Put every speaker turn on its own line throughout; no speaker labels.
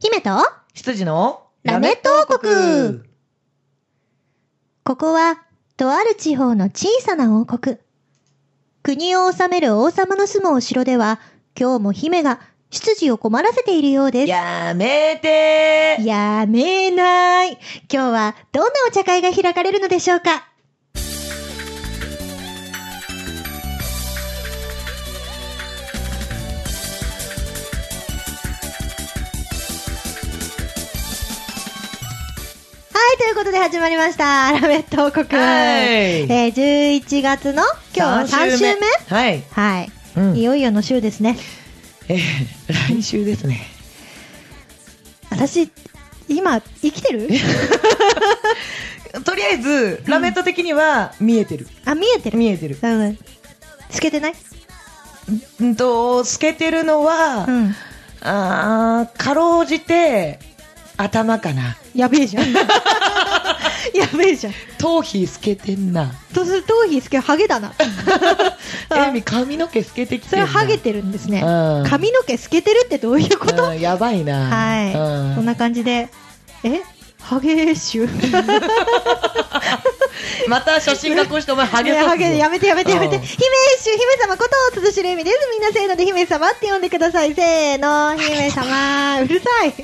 姫と
羊の
ラメット王国ここは、とある地方の小さな王国。国を治める王様の住むお城では、今日も姫が執事を困らせているようです。
やめて ー
やめない。今日はどんなお茶会が開かれるのでしょうかはい、ということで始まりました。ラメット王国。
はい
えー、11月の今日は3週目
はい、
はい。
うん
いよいよの週ですね。
えー来週ですね
私、今、生き てる
とりあえずラメット的には見えてる、
あ、見えてる。
見えてる
うん。透けてない
うんと透けてるのは、
うん。
あーかろうじて頭かな
やべえじゃん。 やべえじゃん。
頭皮透けてんな
とする頭皮すけハゲ だな。
えみ髪の毛透けてき
そ
てん
れ
な
ハゲてるんですね。
うん
髪の毛透けてるってどういうこと、
うんやばいな
はい、
うん
そんな感じで。えハゲ臭
また写真加工してお前 ハ ゲ
い
そう
やハゲやめてやめてやめて。
うん
姫臭姫様こと、つしる意味です。みんなせーので姫様って呼んでください。せーの、姫様。 うるさい。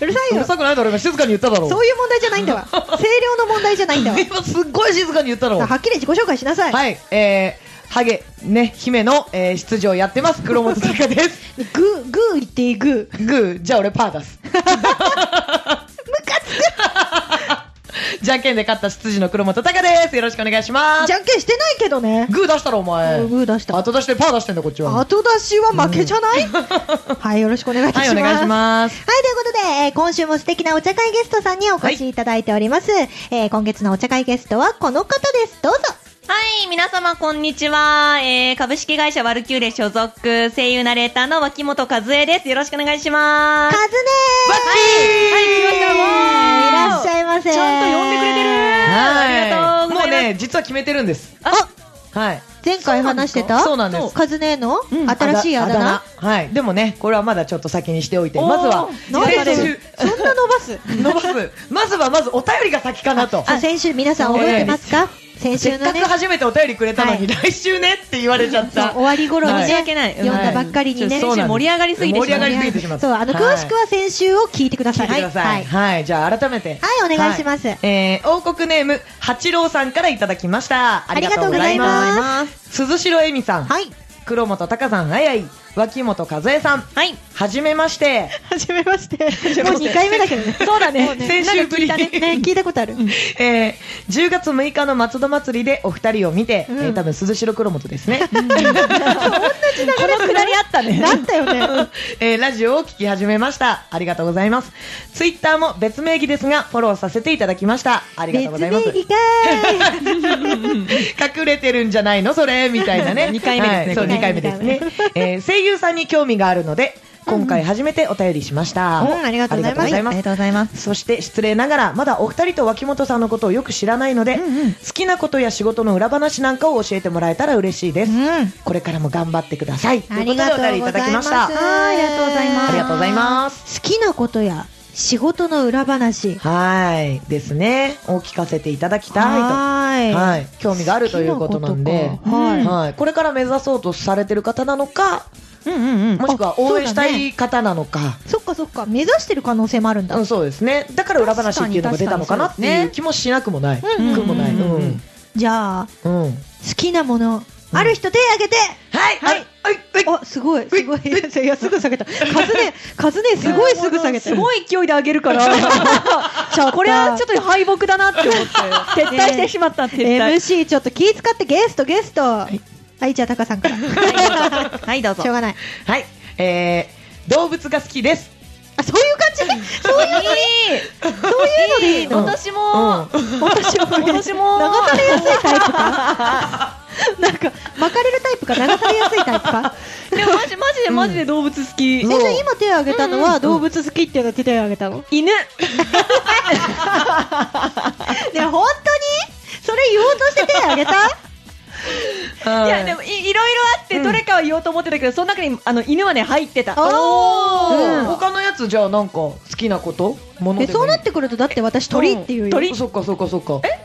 うるさいうよ
る。さくないだろ今静かに言っただろ
そういう問題じゃないん だわ。声量の問題じゃないんだわ。
今すっごい静かに言ったろ
はっきり自己紹介しなさい。
はい、えー、ハゲ、ね、姫の、えー、出場やってます、黒本 隆です。
グー、グー言っていいグー。
グー、じゃあ俺パー出す。ムカつくじゃんけんで勝った出場の黒本隆です。よろしくお願いします
じ。ゃんけんしてないけどね。
グー出したろ、お前。
グー出した
後出してパー出してんだ、こっちは。
後出しは負けじゃない、 はい、よろしくお願いいた
は
し
い、
ま
お
す。
願いします。
はい、ということで、えー今週も素敵なお茶会ゲストさんにお越しいただいております。えー今月のお茶会ゲストはこの方です。どうぞ。
はい、皆様こんにちは。えー、株式会社ワルキューレ所属、声優ナレーターの脇本和恵です。よろしくお願いしま
カ
す。
ズネ
バッチー
い
はい
らっしゃいませ。
ちゃんと呼んでくれてるありがとうご
も
ざ
う
います。
ね、実は決めてるんです。
あ、
はい。
前回話してた
そうなんです
カズネの
うん
新しいあだ名。
はい。でもね、これはまだちょっと先にしておいて、
おー
まずは、
なん
だ
先週、
そんな伸ばす
伸ばす。まずはまずお便りが先かなと。
そう先週皆さん覚えてますか先
せ
週
っか
の
く
ね。
初めてお便りくれたのに、来週ねって言われちゃっ
そう
た。
終わり頃にね、
はい
申し訳ない
読んだばっかりにね、
ちょっとそうなんです
盛り上がりすぎてしま
盛
う
り上がりすぎてしまう。
そう、あの、詳しく
は
は先週を聞いてくだ
い、聞
さ
い
い。
てください。
は
はい。じゃあ改めて。
はいお願いします
はえー、王国ネーム、八郎さんからいただきました。ありがとうござい
ありがとうござい
ま。
ます
鈴代恵美さん。
はい。
黒本隆さん、あやい。脇本和恵さん。
はい。
はじめまして。
はじめまして。 もう2回目だけどね。そうだね
先週ぶ
聞
り
いたね。ね聞いたことある。
えー、10月6日の松戸祭りでお二人を見て、
うん
えー多分鈴代黒 本ですね。
このくだりあったね。
なったよね。
えーラジオを聞き始めました。ありがとうございます。ツイッターも別名義ですが、フォローさせていただきました。ありがとうございます。
別名義かーい。
隠れてるんじゃないのそれみたい なね。
二回目ですね
はいそう、
これ
2回目ですね。えー声優さんに興味があるので、今回初めてお便りしました。
うんありがとうございます
ありがとうございます。
とうございます。
そして失礼ながらまだお二人と脇本さんのことをよく知らないので、好きなことや仕事の裏話なんかを教えてもらえたら嬉しいです、
うん
これからも頑張ってくださいと
あ
いうこ
り
とで
が
お便りい
とうご
ただ
ざ
き
い
ま
ます。
した
ありがとうございます
ありがとうございます
す。好きなことや仕事の裏話。
はいですねを聞かせていただきたいと、
は
はい、興味があるということなんで
好きなことかはい
はい、これから目指そうとされてる方なのか
うんうんうん。
もしくは
あそうだね
応援したい方なのか
い。そっかそっか。目指してる可能性もあるんだ。
うん、そうですねだから裏話っていうのが出たのかなって
確かに確かに
い
そうで
う
すね
気もしなくもない、
うんうんうん
くもない、うん
じゃあ、好
うんはい
きなもの、ある人手挙げて
はいはい
あ、すごい、すごい。いや、い やすぐ下げた。カズネ、カズネ、すごいすぐ下げた。
すごい勢いで上げる から、
ちょっと
これはちょっと敗北だなって思って、 撤退してしまった、撤退。
MC ちょっと気使ってゲスト、ゲスト。はい、じゃあ、タカさんから。 し
はい、どうぞ。
ょうがない。
はい、えー、動物が好きです。
あ、そういう感じそういう、
い
そういうのでいい
い
の
私も、
私も、
私も、
流されやすいタイプかなんか、巻かれるタイプか、流されやすいタイプか。
でもマジ、マジでマジで動物好き。
え、じゃあ今手を挙げたのは、動物好きっていうのは手を挙げたの
犬
ねえ、本当にそれ言おうとして手を挙げた
う
いやでもいいろいろあってどれかは言おうと思ってたけど、その中にあの犬はね入ってた。
おー
うん
他のやつじゃあなんか好きなこともの
え
でもいい
そうなってくるとだって私鳥っていうよ
鳥
そっかそっかそっかえ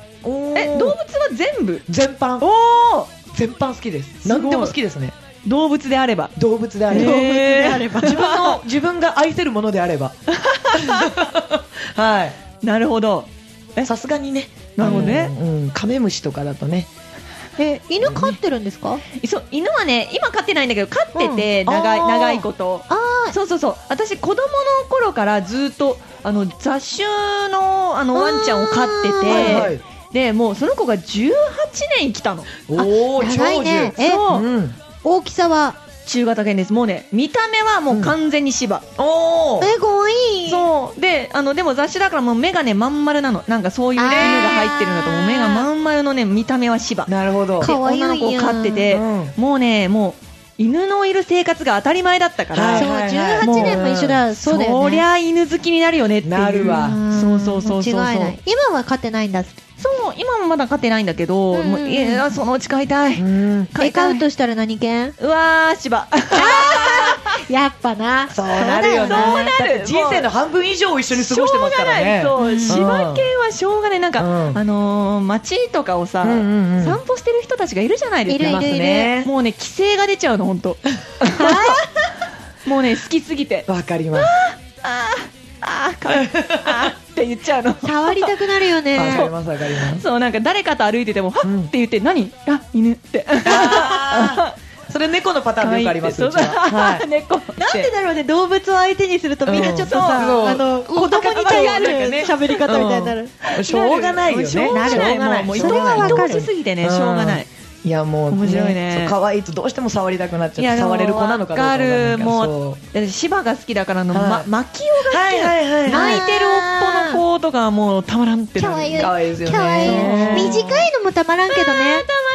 え動物は全部
全般
お
全般好きです
すごい
何でも好きですね
動物であれば。
動物であれば、
動物 であれば
自分の自分が愛せるものであればはい
なるほど。え
さすがにね
なるほどね
あのうん、カメムシとかだとね
え犬飼ってるんですか
そう犬はね今飼ってないんだけど飼ってて
うん
長い、
あー
長いこと。
あ
そうそうそう私子供の頃からずっとあの雑種のあのワンちゃんを飼っ
え
てて、
ー
はいはい
でもうその子が18年生きたの
おお
あ長いねえ
そう、
うん、
大きさは
中型犬ですもうね見た目はもう完全に芝、
おー
えごいい
そうであのでも雑種だからもう目がねまん丸なのなんかそういうね
あ
犬
ー
が入ってるんだと思う目がまん丸のね見た目は芝で
なるほど
かわいいや
女
ん
の子を飼ってて、
うん
もうねもう犬のいる生活が当たり前だったから、
はい
そう18年も一緒だそうだよね
そりゃ犬好きになるよねっていう
なるわ
ん
そうそうそうそう
間違いない今は飼ってないんだ
そう今もまだ飼ってないんだけど、
うん
もういやそのうち飼いたい、
うん
飼
え
いた
飼
いう
としたら何犬
うわー芝
やっぱな
そうなるよね
そうだよな
だって人生の半分以上を一緒に過ごしてますからね
しょうが
う
ないそう、
ん
柴犬はしょうがないなんか、
うん
あのー街とかをさ、
うんうんうん
散歩してる人たちがいるじゃないですか
いるいるいる
ますねもうね規制が出ちゃうの本当 もうね好きすぎて
わかります
あーあーかわいいあーって言っちゃうの
触りたくなるよね
わかりますわかります
そうなんか誰かと歩いててもはっ
うん
って言って、何あ犬って
それ猫のパターンでよくあります
そう
うちははい
猫
なんでだろうね動物を相手にするとみんなちょっと
うん
さ、
そう
あの子供に対する喋り方みたいになる、
しょうがないよね
しょうが
なる
ない。もうもう
しょう
な
がない
愛
それはわか
お
る
しすぎてね、
うん
しょうがない。
いやもう
面白いね
そう可愛いとどうしても触りたくなっち
い
ゃ
や
う
でも
触れる子なのかどうかわかんない
わかるも
う
だって芝が好きだからあの、ま
はい
巻きをが好
は
き
い
なの。
はいはい
な
はい
泣いてる夫の子とかはもうたまらんってなる
かわいい
可愛いですよね
かわいい短いのもたまらんけどね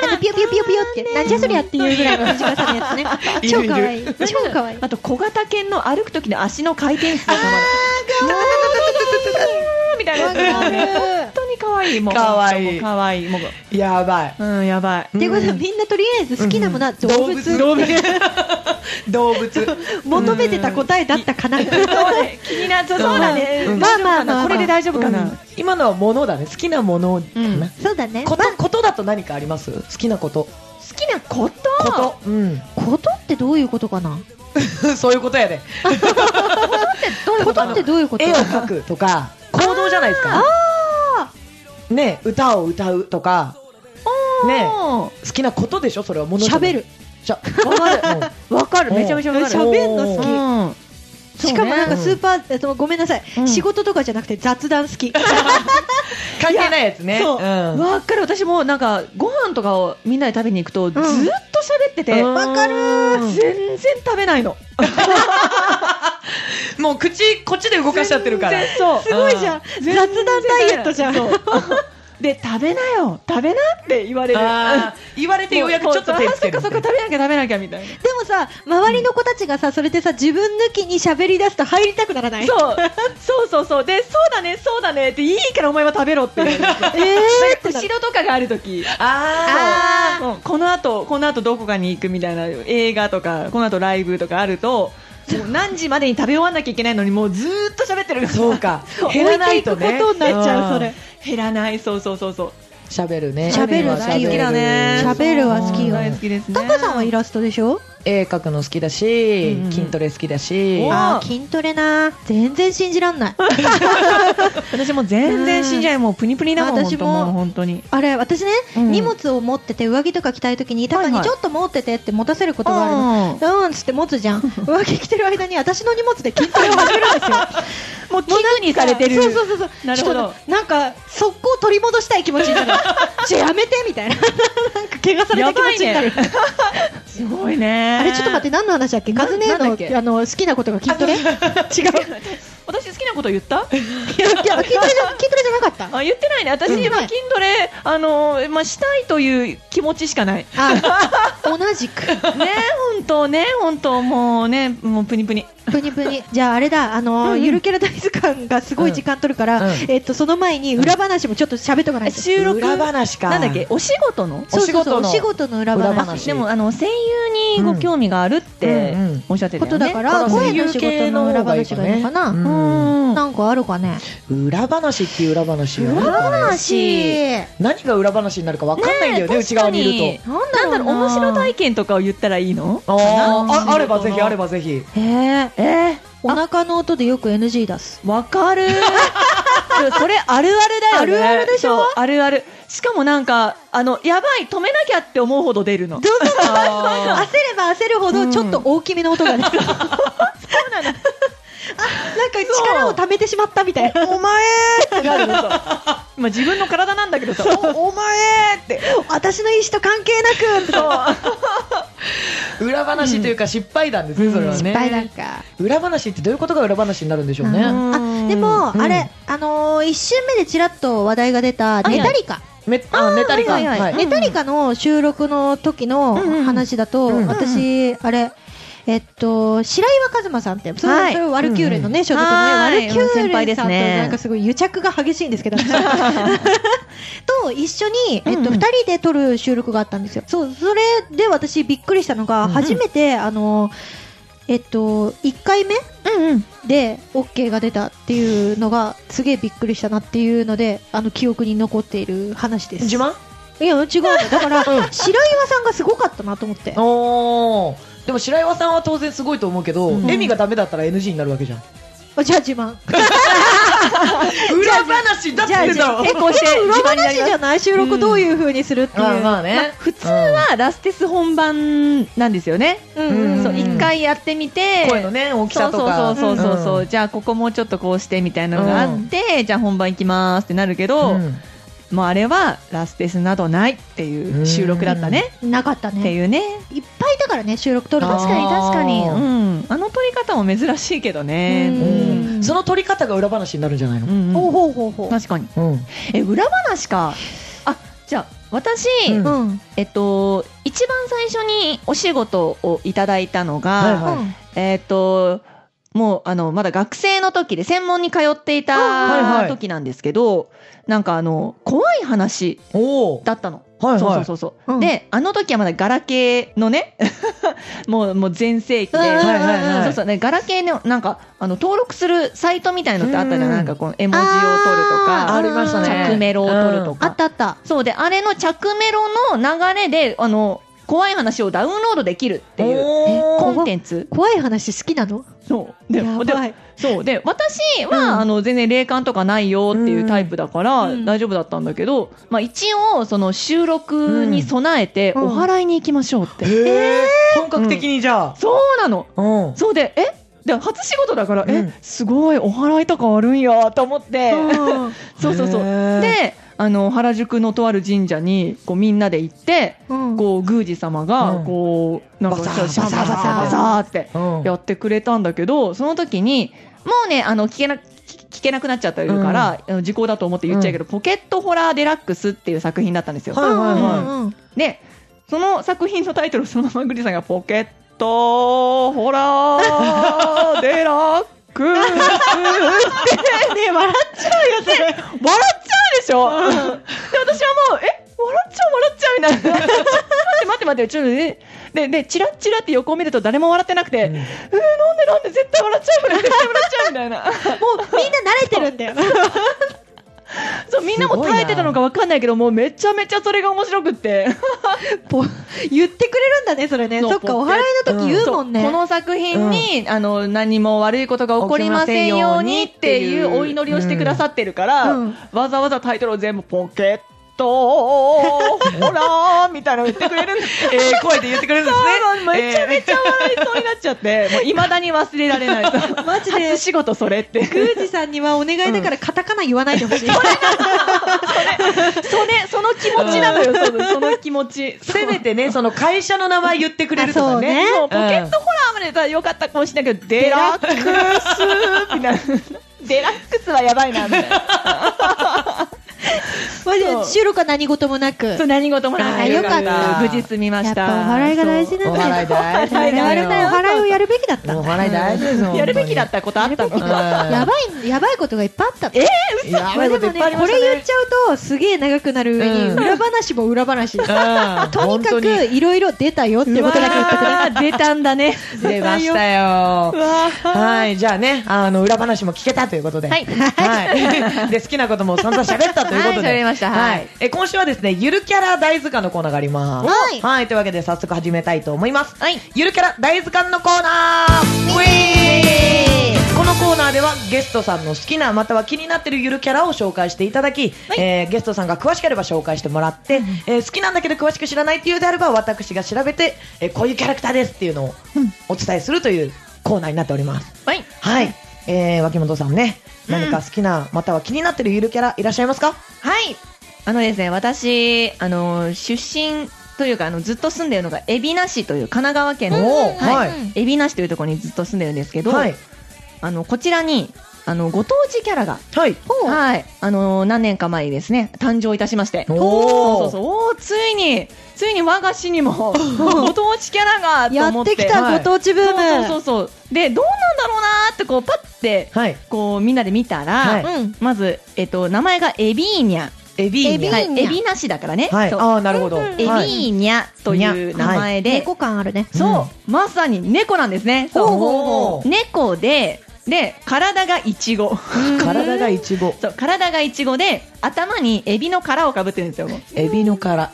あのピヨピヨピヨピヨってなんじゃそりゃっていうぐらいの短さのやつね
い
超
るいる
かわいい超かわいい
あと小型犬の歩く時の足の回転数がたまらん。みたい
わ
な。
かる
本当に可愛いもう。
可愛い
可愛いもう。
やばい
うんやばい。
っていうことはみんなとりあえず好きなものは動物,、
動物動物
求めてた答えだった かな、
そうね気になっちゃう。そうだね
う。ん
まあまあまあまあ
これで大丈夫か
うん
な。
今のはものだね好きなものか
うん
な
そうだね、ま
こ
あ、
とことだと何かあります好きなこと
好きなこと。
ことうん
ことってどういうことかな
そういうことやね
どういうことってどういうこと
絵を描くとか行動じゃないですかね歌を歌うとかね
ね。
好きなことでしょそれはものじゃな
喋
い
る
しゃわかる
わかる
うん
めちゃめちゃわかる
喋
んの好き
うん
しかもなんかスーパー、えっとごめんなさい、
うん
仕事とかじゃなくて雑談好 き
関係ないやつね
そう
うん
わかる私もなんかご飯とかをみんなで食べに行くとずーっと喋ってて、
うんわかる
全然食べないの
もう口こっちで動かしちゃってるから
全然そう
すごいじゃん雑談ダイエットじゃん
そうで食べなよ食べなって言われる
あー言われてようやくちょっと手つける
もうそっかそっか食べなきゃ食べなきゃみたいな
でもさ周りの子たちがさそれでさ自分抜きに喋り出すと入りたくならない
そうそうそうそうでそうだねそうだねっていいからお前は食べろって言わ れる
えーってな
後
る
ろとかがある時
あ
あ
うんこの後この後どこかに行くみたいな映画とかこの後ライブとかあるともう何時までに食べ終わんなきゃいけないのにもうずーっと喋ってる
あそうか
そう
減らないと
置いて
ね
いくことになっちゃうそれ
ん
減らないそうそうそうそう
喋るね
喋る
は
大好きだ
ね
喋るは好きよ
大好きですね
タカさんはイラストでしょ
絵描くの好きだし、
うん
筋トレ好きだし
お
あー筋トレな全然信じらんない
私も全然信じないもうプニプニだもん
私も
本当もう本当に
あれ私ね、
うん
荷物を持ってて上着とか着たい時にタカに
はいはい
ちょっと持っててって持たせることがあるの、うんっつって持つじゃん上着着てる間に私の荷物で筋トレを始めるんですよ
もう器具にされてる
そうそうそうそう
なるほど
ちょっとなんか速攻取り戻したい気持ちに なるじゃあやめてみたいななんか怪我された気持ちになる、
やばいねすごいね
あれちょっと待って何の話だっけ
な
カズネー
なんだっ け
のあの好きなことが筋トレ違う
私好きなことこと言った
いや、筋トレじゃ、筋トレじゃなかった。
あ言ってないね、私、
うん
今筋トレ、あのまあ、したいという気持ちしか ない、ね
あ、同じく。
本当、ね本当、もうね、もうプニプニ、
プニプニ。じゃああれだ、あのー
うんうん
ゆるキャラ大図鑑がすごい時間取るから、
うん
えっと、その前に裏話もちょっと喋っとかないと。
収録、
裏
なん
話か。
だっけ、お仕事の
そうそうそう
お仕事の
お仕事の裏話。
裏話
でもあの声優にご興味があるって
うんうん
おっしゃってた
こ
よ
と
ね、
だから、
ね
声の仕事の裏話がいいのかな、
うん
うん
なんかあるかね。
裏話っていう裏話よ。
裏
話。
話
何が裏話になるか分かんないんだよね、
ねえ
内側にいる
確
なんだ
な
ろう
んだ
な。
ろう面白体験とかを言ったらいいの
と。あ
な
ー
ん
あ、あればぜひ、あればぜひ。
へえ。
えー、
お腹の音でよく NG 出す。
わか るそれあるあ
あ
るだよね
るあるでしょ
そうあるあるしかもなんかあのやばい止めなきゃって思うほど出るの
どうぞ
あ
焦れば焦るほどちょっと大きめの音が出る。あ、なんか力を溜めてしまったみたいな。
お前ってなるのそうまあ自分の体なんだけど さおお前って
私の意思と関係なく。
ー裏話というか失敗談ですね、それはね。
失敗なんか。
裏話ってどういうことが裏話になるんでしょうね。
うんあでも、
うん
あれ、あのー、一周目でちらっと話題が出た
い
ネタリカ、
めあネタリカ。
はいはいはい
は
ネ
い
タリカの収録の時の
うんうん
話だと、
うん
私、あれ、えっと、白岩一馬さんって、それ,、
はい
それワルキューレのね、所属のね、ワ
は
ル
い
キュー
先輩
レ
で
さ
す
んと、
ね
なんかすごい癒着が激しいんです けど、私 と一緒に、えっと、
うんうん
二人で撮る収録があったんですよ。そう、それで私びっくりしたのが、
うん
初めて、あのー、えっと、1回目
うんうん
で OK が出たっていうのがすげえびっくりしたなっていうのであの記憶に残っている話です
自慢
いや違うのだから白岩さんがすごかったなと思って
おーでも白岩さんは当然すごいと思うけど、
うん
エミがダメだったら NG になるわけじゃん。
あじゃあ自慢
裏話だっ
じゃあ
て
自
だろ
慢えこれ裏話じゃない収録どういう風にするっていう、
まあまあね。
普通はラステス本番なんですよね、
うん
うん
そう一回やってみて
声のね、大き
そ
さ
う
と
そう
か。
そうそうそう、
ん
じゃあここもうちょっとこうしてみたいなのがあって、じゃあ本番行きますってなるけ
う
ど、
ん
もうあれはラステスなどないっていう収録だったね、
なかった
って
ね
いうね
いっぱいだからね収録撮るの
確かに確かに
あ,、うん、あの撮り方も珍しいけどね、
う
うんん
その取り方が裏話になるんじゃないの、
うん
ほうほうほうほ
確かに
うん
え裏話かあじゃあ私、
うん
ううん
えっと、一番最初にお仕事をいただいたのが、
はいはい
えっともうあのまだ学生の時で専門に通ってい
はいは
た
い
時なんですけど、なんかあの怖い話
おお、
だったの。
はいはい、
そうそうそうそう、
うん
であの時はまだガラケーのね もうもう全盛期で、
うん
はいはいはい
そうそうねガラケーのなんかあの登録するサイトみたいのってあったじゃ
うん
んなんかこの絵文字を取ると
あ
あ
か
りましたね。
着メロを取ると
あ
か、
ったあった
そうであれの着メロの流れであの怖い話をダウンロードできるって
うん
いう
お
こ
ー
コンテンツ
怖い話好きなの
そうで
や
で
ばい
そうで私は、
うん
あの全然霊感とかないよっていうタイプだから、
うん
大丈夫だったんだけど、まあ、一応その収録に備えて
うん
お祓いに行きましょうって、
へー本格的にじゃあ、
そうなの
うん
そうでえで初仕事だから、
うん
えすごいお祓いとかあるんやと思って、
うん
そうそうそう
へー
であの原宿のとある神社にこうみんなで行って
うん
こう宮司様が、
うん
こうなんか
バ
バ
サ
サ
ー
バサバ
バ
サ
サー
バサーって
うん
やってくれたんだけど、その時に、もうね、あの、聞けな、聞聞けなくなっちゃってるから、あの時効だと思って言っちゃうけど、ポケットホラーデラックスっていう作品だったんですよ。
はいはいはい
うんうんうん
で、その作品のタイトルをそのままグリさんがポケットホラーデラックスって、ね、笑っちゃうやつ。笑っちゃうでしょ、で、私はもう、え笑っちゃう笑っちゃうみたいな。待って待って待って、ちょっとね、で、で、チラッチラって横を見ると誰も笑ってなくて、
うん
えー、なんでなんで絶対笑っちゃうよね絶対笑っちゃうみたいな
もうみんな慣れてるんだよ。
そうみんなも耐えてたのかわかんないけどもうめちゃめちゃそれが面白くって
ぽ言ってくれるんだね、それね。
そう
そっか、
ポ
お
ケ
祓いの時言うもんね。
そうこの作品に、あの何も悪いことが起こりませんようにっていうお祈りをしてくださってるから、
うん
わざわざタイトルを全部ポケッ トホラーみたいなの言ってくれるんです
えー声で言ってくれるんです
そう
ね。
めちゃめちゃ笑いそうになっちゃっていまだに忘れられないマジで初仕事それ って
宮司さんにはお願いだからカタカナ言わないでほ しい。
それその気持ちなのよ、そのその気持 ち。
せめてね、その会社の名前言ってくれるとかね。
あそうね
そうポケットホラーまでだったらよかったかもしれないけど、デラックスみたいな。デラックスはやばいなみたいな
まあ、じゃあ
そう
収録は何事もなく。
そう何事もな
あ
く
ーよかった
無事済みま
や
し
ったぱお笑いが大事なんだ
お笑い大事だ
我
よ
々はお笑いをやるべきだったんだ
お笑い大事ですよ
やるべきだったことあったの
やばい、やばいことがいっぱいあった。え
いやばいこといっぱいあり
こ
ま
れ言っ
し
ちゃうと、すげえ長くなる上に、
うん
裏話も裏話。 と
たね
にかく、いろいろ出たよっていうことだけ言ってくれ。
うわー出たんだね
出ましたよはいじゃあねあの裏話も聞けたということで
はい
はいで好きなことも散々喋ったということで
はい喋りましたはい
え今週はですねゆるキャラ大図鑑のコーナーがあります
はい
というわけで早速始めたいと思います
はい
ゆるキャラ大図鑑のコーナーウェーイこのコーナーではゲストさんの好きなまたは気になってるゆるキャラを紹介していただき、
はい
えーゲストさんが詳しければ紹介してもらって、えー好きなんだけど詳しく知らないっていうであれば私が調べて、えーこういうキャラクターですっていうのをお伝えするというコーナーになっております。
はい
はい、えー、脇本さんね何か好きな、または気になってるゆるキャラいらっしゃいますか
はいあのですね私あの出身というかあのずっと住んでるのが海老名市という神奈川県
お
の
ー
はい
はい
海老名市というところにずっと住んでるんですけど、
はい
あのこちらにあのご当地キャラが
はい
はい、あのー何年か前にですね誕生いたしまして
おー
そうそうそうおーついについに我が市にも ご当地キャラがと
や
思
っ
って
てきた、
はい
ご当地ブーム。
そうそうそうそうでどうなんだろうなーってこうパッて
はい
こうみんなで見たら、
はい
うん。
まず、えっと、名前がエビーニャ
エビー
エビ
ニ
ー
ャ
は
ニ
い、エビなしだからね、
はい
そう
ああなるほど
うんうん
は
エビ
い
ーニャという名前で、
猫感あるね。
そうまさに猫なんですね
ほう
そ
ほ
う
うほう
猫でで体がイチゴ
体がイチゴ
そう体がイチゴで頭にエビの殻をかぶってるんですよ
エビの殻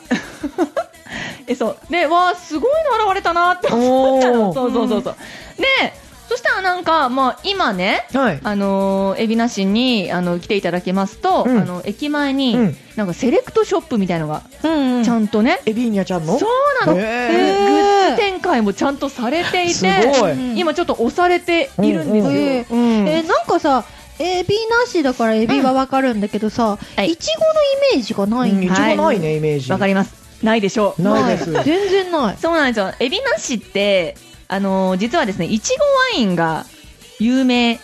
えそうでわあすごいの現れたなって思った
お
の
お
そうそうそうそうでそしたらなんか、まあ、今ね
はい
あのー、海老名市にあの来ていただきますと、
うん
あの駅前に、
うん
なんかセレクトショップみたいのが
うん。うん。
ちゃ
ん
んとね、
エビーニャちゃんの
そうなの、
へー
でグッズ展開もちゃんとされていて
すごい
今ちょっと押されているんですよ、
うん
え
うん
ーなんかさ、エビなしだからエビはわかるんだけどさ、
はい
いちごのイメージがないんだ
いち
よね
ごないねイメージ
わかりますないでしょう
ないです
全然ない。
そうなんですよ。海老名市って、あのー実はですね、いちごワインが有名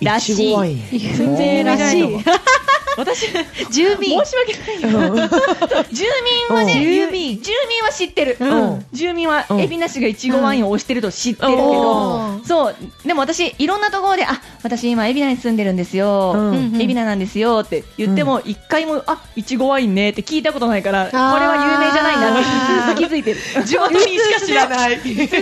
らしい。
ちごワイン
有名らしい。私、
住民。
申し訳ないよ。 住民はね、
住民
住民は知ってる。
ん
住民は、
うん
海老名市がいちごワインを推してると知ってるけ
う
ど、
ん
そう、でも私、いろんなところで、あ、私今、海老名に住んでるんですよ。
うん
うんうん
海老名なんですよって言っても、一回も、あ、いちごワインねって聞いたことないから、これは有名じゃないんだって気づい てる。地元民しか知らない。気づいて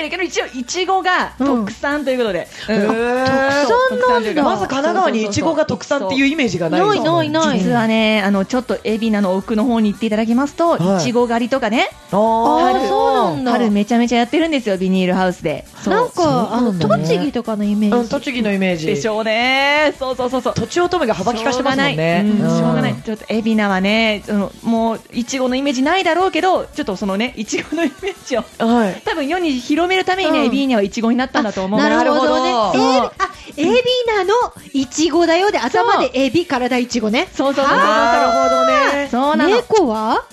るけど、一応、いちごが特産ということで。
へ
うん
ー
特産なんだ
というか
まず神奈川にイチゴが特産っていうイメージがないですもん
ないないない
実はね、あの、ちょっと海老名の奥の方に行っていただきますと、
はい
いちご狩りとかね、
あー
あーそうなんだ
春めちゃめちゃやってるんですよ、ビニールハウスで。そう
なんか、あ
そうな
の、
んだね
栃木とかのイメ
う
ー
ん
ジ。
栃木のイメージ
でしょうね。そうそうそうそう。
土地乙女が幅利かしてますもんね
しょうがない,、
ん
しょうがないちょっと海老名はねそのもういちごのイメージないだろうけどちょっとそのねいちごのイメージを
はい
多分世に広めるために
うん
ね、エビーニャはいちごになったんだと思う
なるほどね。
なるほど
エビ、あ、エビなの、いちごだよで、頭でエビ、体いちごね。
そうそうそうそうそう
なるほどね
そうなの、
猫は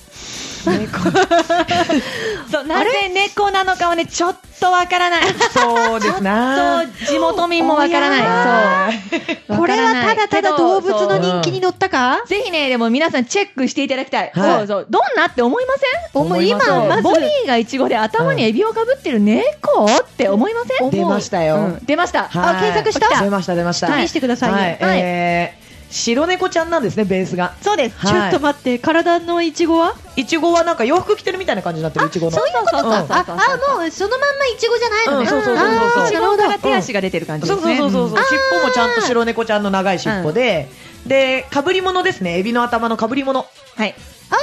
そうなぜ猫なのかはねちょっとわか らない
そうです
そ
な
う地元民もわから
お
ない
はい
そう
これはただただ動物
わか
の
らないけど
人気に乗ったか
そうぜひねでも皆さんチェックしていただきたい、
はい
そうそうどんなって思いません
思い
思い
今、
ま
ますず
ボディがイチゴで頭にエビをかぶってる猫って思いません、
思う
出ました
う
よ
ん、出ました、
はい
あ検索した
出ました出ました
試してくださいよ
はい
はい
えー白猫ちゃんなんですねベースが
そうです
はい
ちょっと待って、体のいちごは
イチゴはなんか洋服着てるみたいな感じになってるイチゴの
そういうこと
う
か。
ん
あ、あ、もうそのまんまいちごじゃないの
うん
ね。
そうそうそうそう
あー
一
なるほ
番
ど
から手足が出てる感じで
そう
す
そう
ね。
そうそうそう、
ん
尻尾もちゃんと白猫ちゃんの長い尻尾で、で、かぶり物ですね、エビの頭のかぶり物。
はい。
あ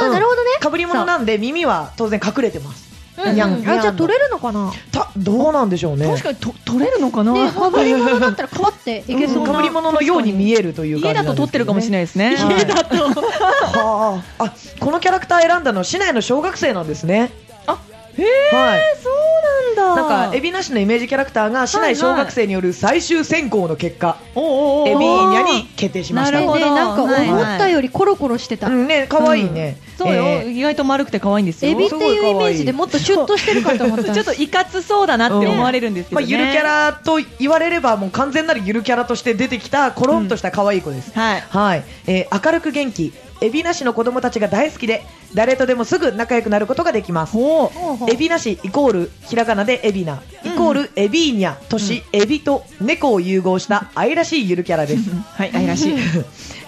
う
ー、
ん
なるほどね。
かぶり物なんで、耳は当然隠れてます。
うんうん
ニャンニャン
あじゃあ取れるのかなね
た、どうなんでしょうね。
確かにと取れるのかな。
かぶり物だったらかばっていけ
う
そ
ん
う
かぶり
な。
物のように見えるという感
家
じな
だ
んですけどね。
と取ってるかもしれないですね。
はい
家だと。
はあ、あ、このキャラクター選んだの、市内の小学生なんですね。
あ、へ
はい。
そうなんだ。
なんなんか、海老名市のイメージキャラクターが市内小学生による最終選考の結果、
おうおうおう
エビーニャに決定しまし
な
た
る。ほど
ねなんか
はい
思
はい
ったよりコロコロしてた、
うんね、可愛いね。
そうよ、
え
意外と丸くて可愛いんですよ
エビって
すごい
いう
可愛い
イメージでもっとシュッとしてるかと思った
ちょっといかつそうだなって思われるんです
ー
けど、
まあ、
ね
ゆるキャラと言われればもう完全なるゆるキャラとして出てきたコロンとした可愛い子です、
はい
はい、えー明るく元気海老名市の子供たちが大好きで誰とでもすぐ仲良くなることができます
おう
海老名市イコールひらがなで海老名イコールエビーニャ都市エビと猫を融合した愛らしいゆるキャラです
はい愛らしい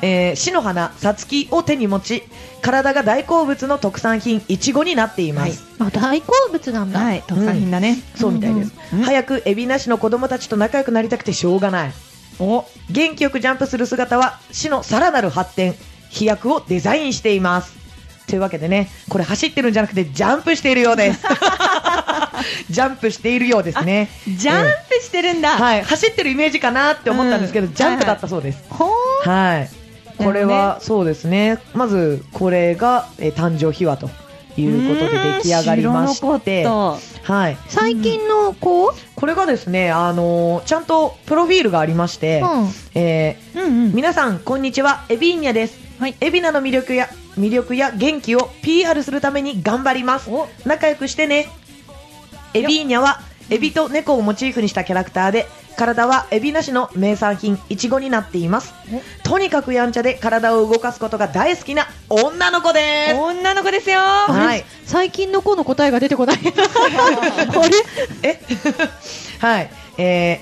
えー、市の花、さつきを手に持ち体が大好物の特産品いちごになっています、
あ大好物なんだ、
はい特産品だね、
そうみたいです、
うんうん
早く海老名市の子供たちと仲良くなりたくてしょうがない
お
元気よくジャンプする姿は市のさらなる発展飛躍をデザインしていますというわけでねこれ走ってるんじゃなくてジャンプしているようです ジャンプしているようですね
ジャンプしてるんだ、
はい、走ってるイメージかなって思ったんですけど、
うん
ジャンプだったそうです。
ほー
はい、これはそうですね。まずこれが、えー誕生秘話ということで出来上がりまして、
と
はい、
最近の子、
これがですね、あのーちゃんとプロフィールがありまして、
うん
えー
うんうん
皆さんこんにちは、エビーニャです。
はい
エビナの魅力や魅力や元気を PR するために頑張ります。
お
仲良くしてねエビーニャはエビと猫をモチーフにしたキャラクターで体はエビなしの名産品イチゴになっていますとにかくやんちゃで体を動かすことが大好きな女の子です
女の子ですよ、
はい
最近の子の答えが出てこない あれ
え はいえ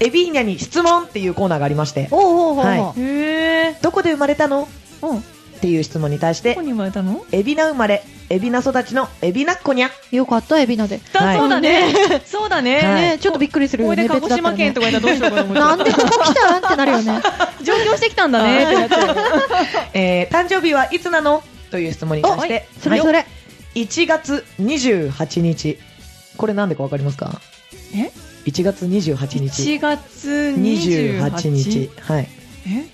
ー、エビーニャに質問っていうコーナーがありまして
おうおうおうおう、
は
へえ
どこで生まれたの
うんど
っていう質問に対して
こに生まれたの
エビナ生まれエビナ育ちのエビナっ子にゃ
よかったエビナで、
だ
はい
そうだねそうだね、
はい
ね、ちょっとびっくりする
こ
よ
れ
ね
で鹿児島県と
別
かやったらどうしようかと思っちゃ
だ
う
ったらねなんでここ来たんってなる よね
上京してきたんだねってなっちゃう
えー、誕生日はいつなのという質問に対して、
それそれ
1月28日これなんでかわかりますか
え
?1 月28日
1月
28日はい
え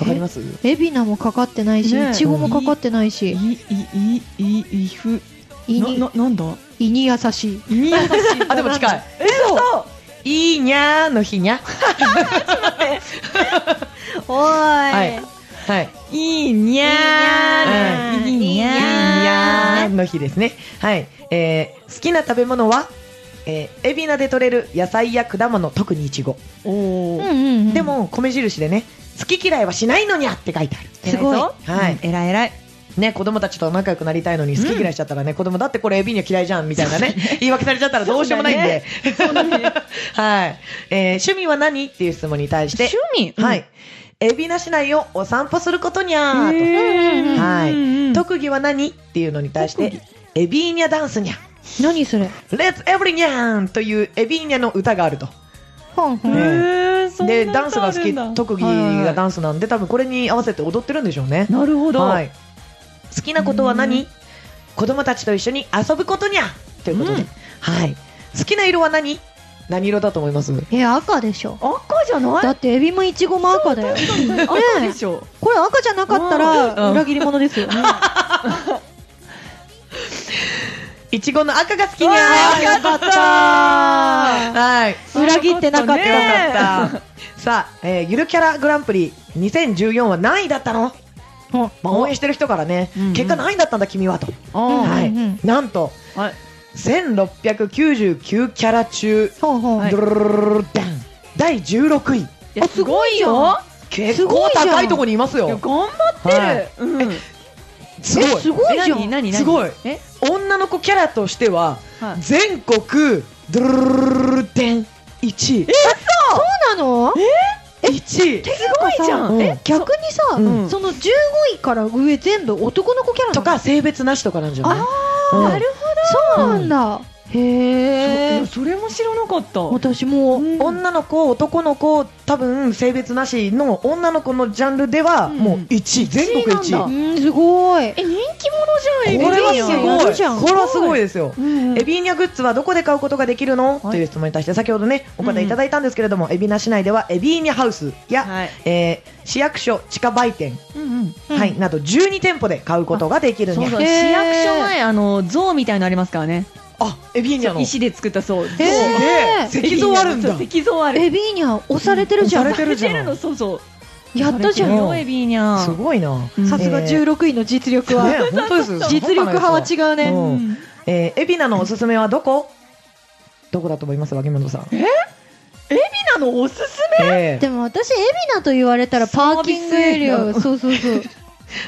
わかります
エビナもかかってないし
ね
イチゴもかかってないし
いいいいいふ
胃に
なななんだ
胃に優しい
いに優しい
あでも近い
えそ
いいにゃーの日にゃ
おー
はいはいいう
いいにゃー
いいにゃー
いにゃーの日ですねはい、えー、好きな食べ物はえー、海老名で採れる野菜や果物特にいちご
う
おお
んうんうん、
でも米印でね好き嫌いはしないのにゃって書いてある
すごい
はい
えらいえらい
ね、子供たちと仲良くなりたいのに好き嫌いしちゃったらね、子供だってこれエビには嫌いじゃんみたいな ね、言い訳されちゃったらどうしようもないんで。はい。えー趣味は何っていう質問に対して、
趣味
はい。エビな市内をお散歩することにゃーと。
え
は
ー
い
うんうん
特技は何っていうのに対して、エビーニャダンスにゃ。
何それ
レッツエブリニャーンというエビーニャの歌があると。
ほんほん
ね
へーそんな
で、
歌
ダンスが好
あるんだ
き、特技
はいはいは
が
い
ダンスなんで、多分これに合わせて踊ってるんでしょうね。
なるほど
はい、好きなことは何子供たちと一緒に遊ぶことにゃということで、
うん
はい、好きな色は何何色だと思います
え赤でしょ
赤じゃない
だってエビもイチゴも赤だよ
赤でしょ
これ赤じゃなかったら
うん
裏切り者ですよね
いちごの赤が好きにゃ
わあよかった
はい
裏切ってなかっ
そういうこと
た
ね
だったさあ、えーゆるキャラグランプリ2014は何位だった
う
の、
ん
まあ、応援してる人からね、
うんうん
結果何位だったんだ君はと、
うん
はい
うん
なんと
はい
1699キャラ中、
ほうほう
はい
ドルルルルルルダン第16位
いやすごいよ
結構高いとこにいます
いや
よ。
頑張ってるうん
す
えすごいじゃ
え何
ん
何何
すごい
え
女の子キャラとしては
はい
全国ドゥルルルルデン1位。
そうなの
1位
すご
いじゃん
え
逆にさ、
うん
その15位から上全部男の子キャラなの
とか性別なしとかなんじゃない？うん
なるほどそうなんだ、へ
そ
え
それも知らなかった
私もう、
うん
女の子男の子多分性別なしの女の子のジャンルでは
うん
もう1位全国1
な
う
位。
んすごい
え人気者じゃんエビ
これは
エビーニャやるじ
す
ゃん
ごい。これはすごいですよ。
うん
エビーニャグッズはどこで買うことができるの、
はい
という質問に対して先ほどねお答えいただいたんですけれども、海老名市内ではエビーニャハウスや、
はい
えー市役所地下売店、
うんうん
うん
はい、など12店舗で買うことができるん
そう
や
そう
へー
市役所前あの像みたいのありますからね
あエビーニャの
石で作ったそう
え
そう
ー
え石像あるんだ
そう石像ある
エビーニャ押されてるじゃん。
押されてるじゃん
出のそうそう
やったじゃ
出てる
ん。
よエビーニャ
すごいな
うん
さすが16位の実力 は。
ね本当です
実力派は違うね。
う
うんん
えー、エビナのおすすめはどこどこだと思います脇本さん。
なのおすす
えー
でも私、エビナと言われたらパーキングエリア、そうそうそう。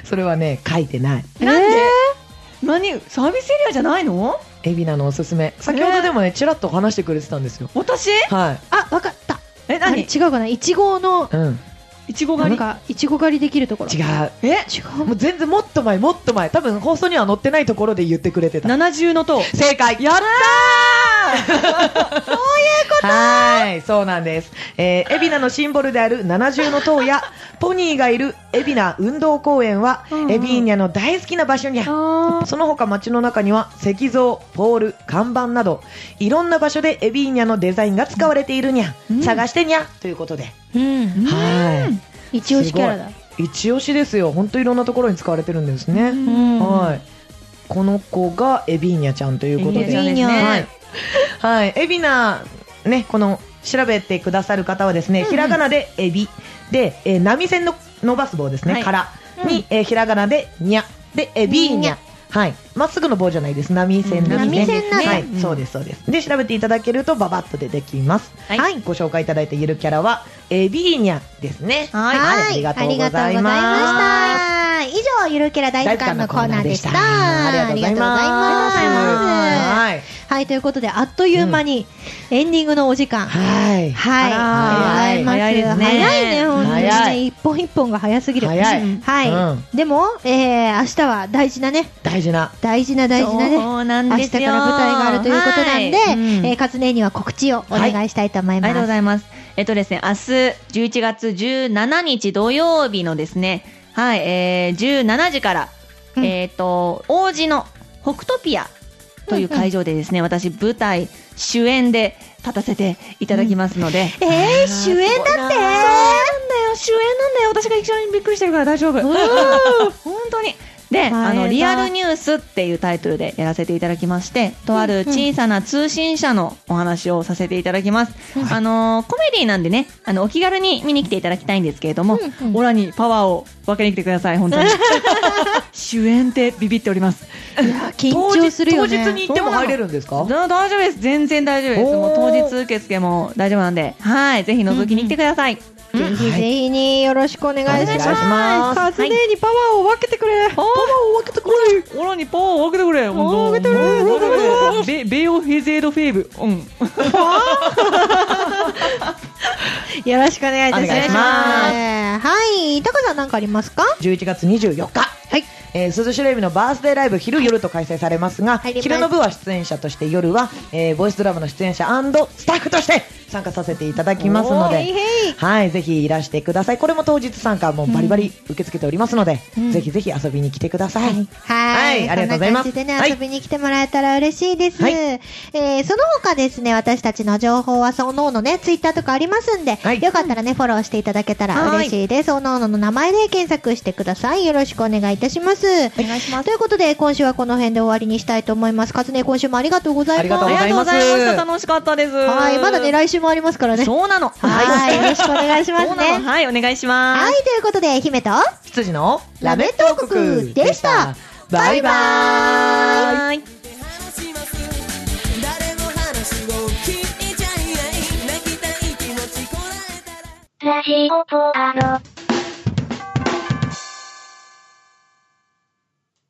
それはね、書いてない。
え
めなんで何サービスエリアじゃないの
エビナのおすすめ。先ほどでもね、ちらっと話してくれてたんですよ。
私
は
あ、わかった。
え
あれ
何
違うかな一号の、
い。うん。
いちご
な
狩
ん
り
か、いちご狩りできるところ。
違う。
え
違
も
う。
う全然もっと前、もっと前。多分放送には載ってないところで言ってくれてた。
七重の塔
正解
やったー
はい、そうなんです。えー、海老名のシンボルである七重の 塔や、ポニーがいる海老名運動公園は、
うんうん
エビーニャの大好きな場所にゃ。
あー
その他街の中には石像、ポール、看板などいろんな場所でエビーニャのデザインが使われているにゃ、
うん
探してにゃということで、
うん。
は
一押しキャラだ。
い一押しですよ本当いろんなところに使われてるんですね、
うん
はいこの子がエビーニャちゃんということ
エビーニャちゃ
で
ん
はい
いいね
はいエビナねこの調べてくださる方はですね、
うんうん
ひらがなでエビで、えー波線の伸ばす棒ですね、
はい
からに、えーひらがなでにゃでエビーニ
に
ャ
ゃ
はいまっすぐの棒じゃないです波線ですね
波線なんだ
はい、
うん
そうですそうですで調べていただけるとババッと出てきますは、
はいい
ご紹介いただいているキャラはエビーニャですね
は
あ
い
りがとうござ
あ
います
りがとうございました以上、ゆるキャラ大図鑑のコーナーでした。
ありがと
ありがとうござい
うございます
ます
はい
はい、ということで、あっという間にエンディングのお時間。
はい
はい、
あら
ありがとうございます。
早いですね
早いね、本当に
早い
ね。一本一本が早すぎる。
早い
はい。
うん
でも、えー、明日は大事なね、
大事な
大事な大事なね。
そうなん
明
で
日
す
か
よ
ら舞台があるということなんで、
は
えー、勝姉には告知をお願いしたいと思い
あり
ま
がとうご
す。
ざいます。えっとですね、明日11月17日土曜日のですね、はい、えー、17時から、
うん
えっ、と、王子の北トピアという会場でですね、私舞台主演で立たせていただきますので、
えー、主演だって
なんだよ、主演なんだよ、私が一番びっくりしてるから大丈夫。本当に。で、あの、リアルニュースっていうタイトルでやらせていただきまして、とある小さな通信社のお話をさせていただきます。あのー、コメディなんでね、あの、お気軽に見に来ていただきたいんですけれども、
うんうん
オラにパワーを分けに来てください、本 当に。主演ってビビっております。
緊張するよ
当日当日に
ね。
行っても入れるんですか
だ大丈夫です。全然大丈夫です。もう
お
当
ー
日受付も大丈夫なんで、はい、ぜひ覗きに来てください。
ぜひぜひによろしくお願いし
お願
ま
い
す。
します
カズネにパワーを分けてくれ。
を分けてくれオラにパワーを分けてくれ
本当
分けてくれベベオフェゼードフェーブうん
よろしくお願いいたし
お願い
ます。
します
はい、タカさんなんかありますか？
11月24日、
はい
えー、鈴代エビのバースデーライブ昼夜と開催されますが、
入ります
昼の部は出演者として夜は、えーボイスドラマの出演者スタッフとして参加させていただきますの
おーへい
で
へい
はいぜひいらしてくださいこれも当日参加もうバリバリ受け付けておりますので、ぜひぜひ遊びに来てください、
はい、
はいありがとうございます
こんな感
は
じでね、
い
遊びに来てもらえたら嬉しいです。
はい
えーその他ですね、私たちの情報は、そののね、ツイッターとかありますんで、
はい
よかったらね、フォローしていただけたら嬉しいです。そののの名前で検索してください。よろしくお願いいたします。
お願いしま
ということで、今週はこの辺で終わりにしたいと思います。カズネ、今週もありがとうございます。
ありがと
あ
う
り
ご
が
ざ
と
いうま
ご
す
ざいました楽しかったです
はい、まだね、
い
来週もありますからね。
そうなの
はい、よろしくお願いします
そうなの
ね。
はいお願いします
はい、ということで、姫と、
羊のラメット王国でしたバイバーイ
はい
話します誰の話も聞いちゃいない泣きたい気持ちこらえたら
ラジオポアド。